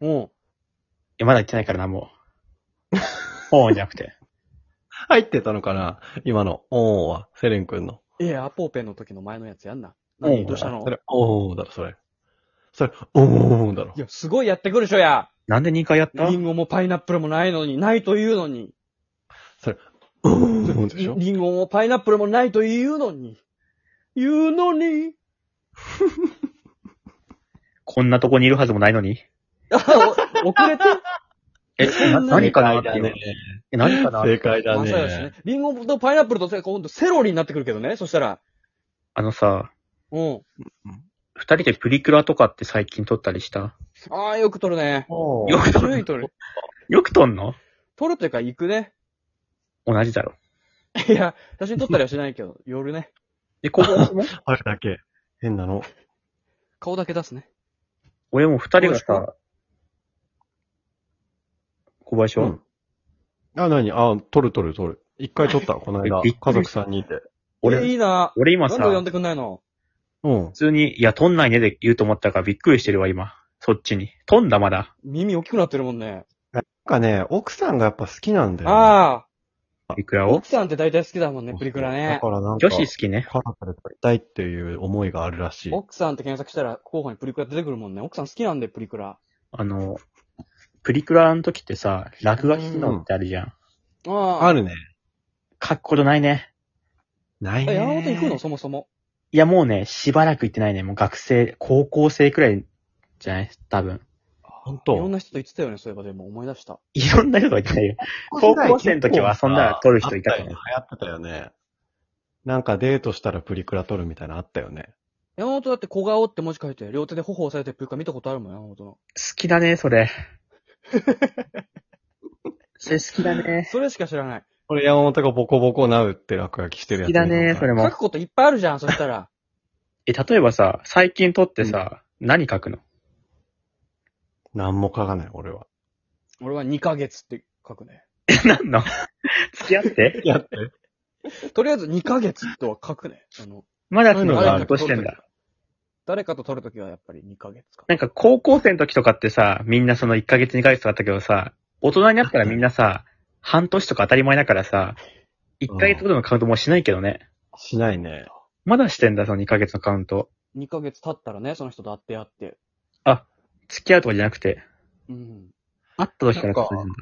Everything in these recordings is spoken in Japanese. おうや、まだ行ってないからな、もう。 おーじゃなくて。入ってたのかな今の、おーは、セレン君の。ええ、アポーペンの時の前のやつやんな。おう何どうしたのそれ、おーだろ、それ。それ、おーだろい。や、すごいやってくるしょや。なんで2回やったリンゴもパイナップルもないのに、ないというのに。おーでしょリンゴもパイナップルもないというのに。言うのに。こんなとこにいるはずもないのに。あお遅れて。え、 な何かなっ正てい解うだね。え、何かな正解だまさやしねね。。リンゴとパイナップルとセ今度セロリになってくるけどね。そしたら。あのさ、うん。二人でプリクラとかって最近撮ったりしたああ、よく取るね。およく撮種類る。取る。よく撮んの取るというか行くね。同じだろ。いや、写真撮ったりはしないけど、夜ね。で、こ こもあれだけ。変なの。顔だけ出すね。俺も二人がさ、小林は、うんあ、なにあ、撮る撮る撮る。一回撮った、この間。びっくり家した族3人で。え俺、いいな。俺今なんでさ、呼ん普でくんないのうん。通に、いや、撮んないねで言うと思ったからびっくりしてるわ、今。そっちに。撮んだ、まだ。耳大きくなってるもんね。なんかね、奥さんがやっぱ好きなんだよね。あプリクラあ。を奥。さんって大体好きだもんね、そうそうプリクラだねか。らなんか、女子好きね。カラカラ撮りたいっていう思いがあるらしい。奥さんって検索したら候補にプリクラ出てくるもんね。奥さん好きなんで、プリクラ。あの、プリクラの時ってさ、落書き機能ってあるじゃん。ああ。あ。るね。書くことないね。ないえ、ね。山本行くのそもそも。いや、もうね、しばらく行ってないね。もう学生、高校生くらいじゃない多分。本いろん当な人と言ってたよね、そういえばでも思い出した。いろんな人が行ってないよ。高校生の時はそんなの撮る人いたとよ思ね。う流行ってたよね。なんかデートしたらプリクラ撮るみたいなのあったよね。山本だって小顔って文字書いて、両手で頬を押さえてプリクラ見たことあるもん、山本の。好きだね、それ。それ好きだね。それしか知らない。これ山本がボコボコなうって落書きしてる好やつ。きだね、それ書もく。こといっぱいあるじゃん、そしたら。 え、例えばさ、最近撮ってさ、何書くの なんも書かない、俺は。俺は2ヶ月って書くね。何の付き合ってやって。とりあえず2ヶ月とは書くね。あの、まだそうんの誰バかとイト撮してるんときだ。は。誰かと撮るときはやっぱり2ヶ月か。なんか高校生の時とかってさ、みんなその1ヶ月2ヶ月とかあったけどさ、大人になったらみんなさ、半年とか当たり前だからさ、1ヶ月ごとのカウントもうしないけどね。しないね。まだしてんだ、その2ヶ月のカウント。 2ヶ月経ったらね、その人と会って会って。付き合うとかじゃなくて、うん。会った時かならんか続いてんだ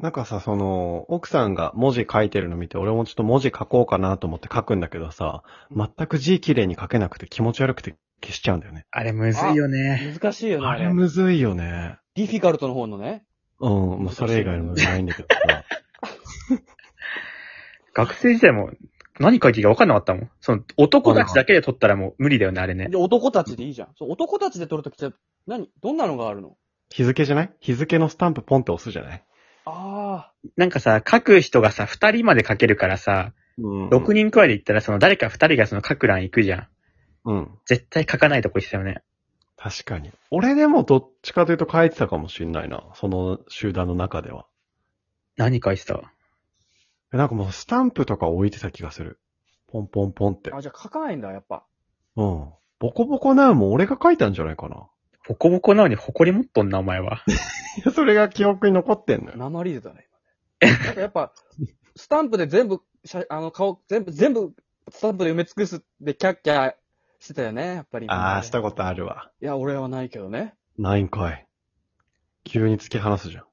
なんかさ、その、奥さんが文字書いてるの見て、俺もちょっと文字書こうかなと思って書くんだけどさ、全く字綺麗に書けなくて気持ち悪くて消しちゃうんだよね。あれむずいよね。難しいよね、ああれれ。むずいよね。ディフィカルトの方のね。うん、もうそれ以外のむずないんだけどさ。学生時代も何書いていいか分かんなかったもん。その男たちだけで撮ったらもう無理だよね、あれね。で、男たちでいいじゃん。そう、男たちで撮るときって、何どんなのがあるの日付じゃない日付のスタンプポンって押すじゃないあなんかさ、書く人がさ、2人まで書けるからさ、うん6人くらいで行ったらその誰か2人がその書く欄行くじゃん。うん。絶対書かないとこ行ってたよね。確かに。俺でもどっちかというと書いてたかもしんないな。その集団の中では。何書いてたえなんかもうスタンプとか置いてた気がする。ポンポンポンってあ。。あ、じゃあ書かないんだ、やっぱ。うん。ボコボコなうも俺が書いたんじゃないかな。 ボコボコなのに誇り持っとんな、お前は。いや、それが記憶に残ってんのよ。鉛でだね、今ね。なんかやっぱ、スタンプで全部、写あの、顔、全部、全部、スタンプで埋め尽くすでキャッキャしてたよね、やっぱり。ああ、したことあるわ。いや、俺はないけどね。ないんかい。急に突き放すじゃん。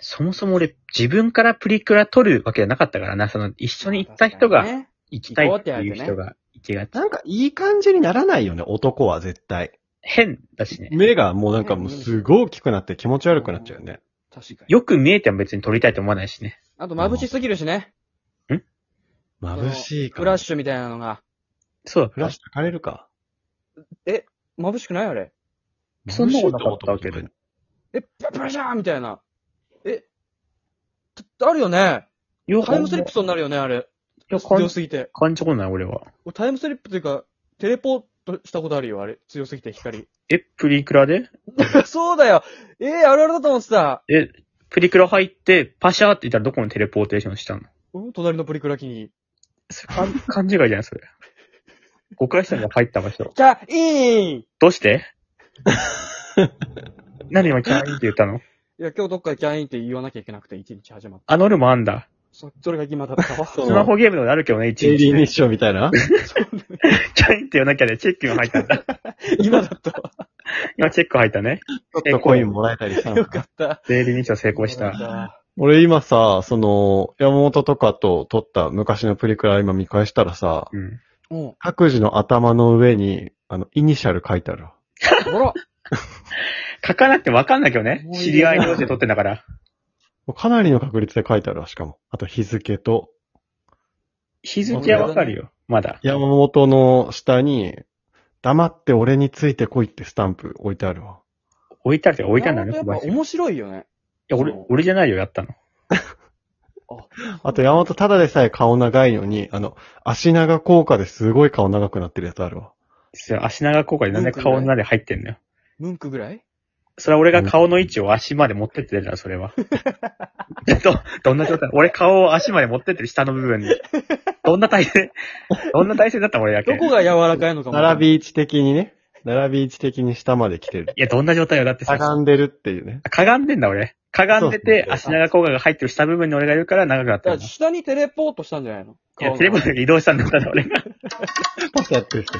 そもそも俺、自分からプリクラ撮るわけじゃなかったからな、その一緒に行った人確かがにね行きたいっていう人が行きがち。なんかいい感じにならないよね、男は絶対。変だしね。目がもうなんかもうすごい大きくなって気持ち悪くなっちゃうよね。確かに。よく見えても別に撮りたいと思わないしね。あと、眩しすぎるしね。眩しいかフら。ラッシュみたいなのが。そうフラッシュ焚かれるか。眩しくないあれ。そんなことなかったわけ眩しいでと思。え、パラパラじゃーみたいな。え、たあるよね。よタイムスリップしそうになるよね、あれ。いや強すぎて。感じたことない、俺は。俺タイムスリップというか、テレポートしたことあるよ、あれ。強すぎて光。え、プリクラで そうだよええあるあるだと思ってたえ、プリクラ入って、パシャーって言ったらどこにテレポーテーションしたのうん隣のプリクラ機に。それかん 勘違いじゃない、それ。誤解したのが入った場所。じゃ、いいどうして何今キャーインって言ったのいや、今日どっかでキャインって言わなきゃいけなくて、一日始まった。あのルもあんだ。そ、 それが決まったわ。そうスマホゲームのあるけどね、一デイリー日。日照みた いなキャインって言わなきゃね、チェックが入った んだ。今だったわ。今チェック入ったね。ちょっとコインもらえたりしたの よかった。デイリー認証成功し。よかったた。 俺今さ、その、山本とかと撮った昔のプリクラ今見返したらさ、うん。うん。各自の頭の上に、あの、イニシャル書いてあるわ。ほら、書かなくてわかんないけどねも。ういいな知り合い同士で撮ってんだから。もうかなりの確率で書いてあるわ、しかも。あと日付と、日付はわかるよ。まだ。山本の下に、黙って俺についてこいってスタンプ置いてあるわ。置いたらって置いたんだね、やっ小ぱ林。い面白いよね。や、俺、俺じゃないよ、やったの。あと山本ただでさえ顔長いのに、あの、足長効果ですごい顔長くなってるやつあるわ。そう足長効果でなんで顔の中に入ってんのよ。ムンクぐらいそれは俺が顔の位置を足まで持ってってるじゃん、そ れは。ど、どんな状態俺顔を足まで持ってってる、下の部分に。どんな体勢どんな体勢だったの俺だけ。どこいが柔らかいのかも。並び位置的にね、並び位置的に下まで来て る。や、どんな状態よ。だってかがさ、んでるっていう ね。かがんでんだ俺。かがんでて、そうそ足うそう長効果が入ってる下部分に俺がいるから長くなっだかたんらだ。い下にテレポートしたんじゃないのや、テレビート。で移動したんだったら俺が。パスやってる人。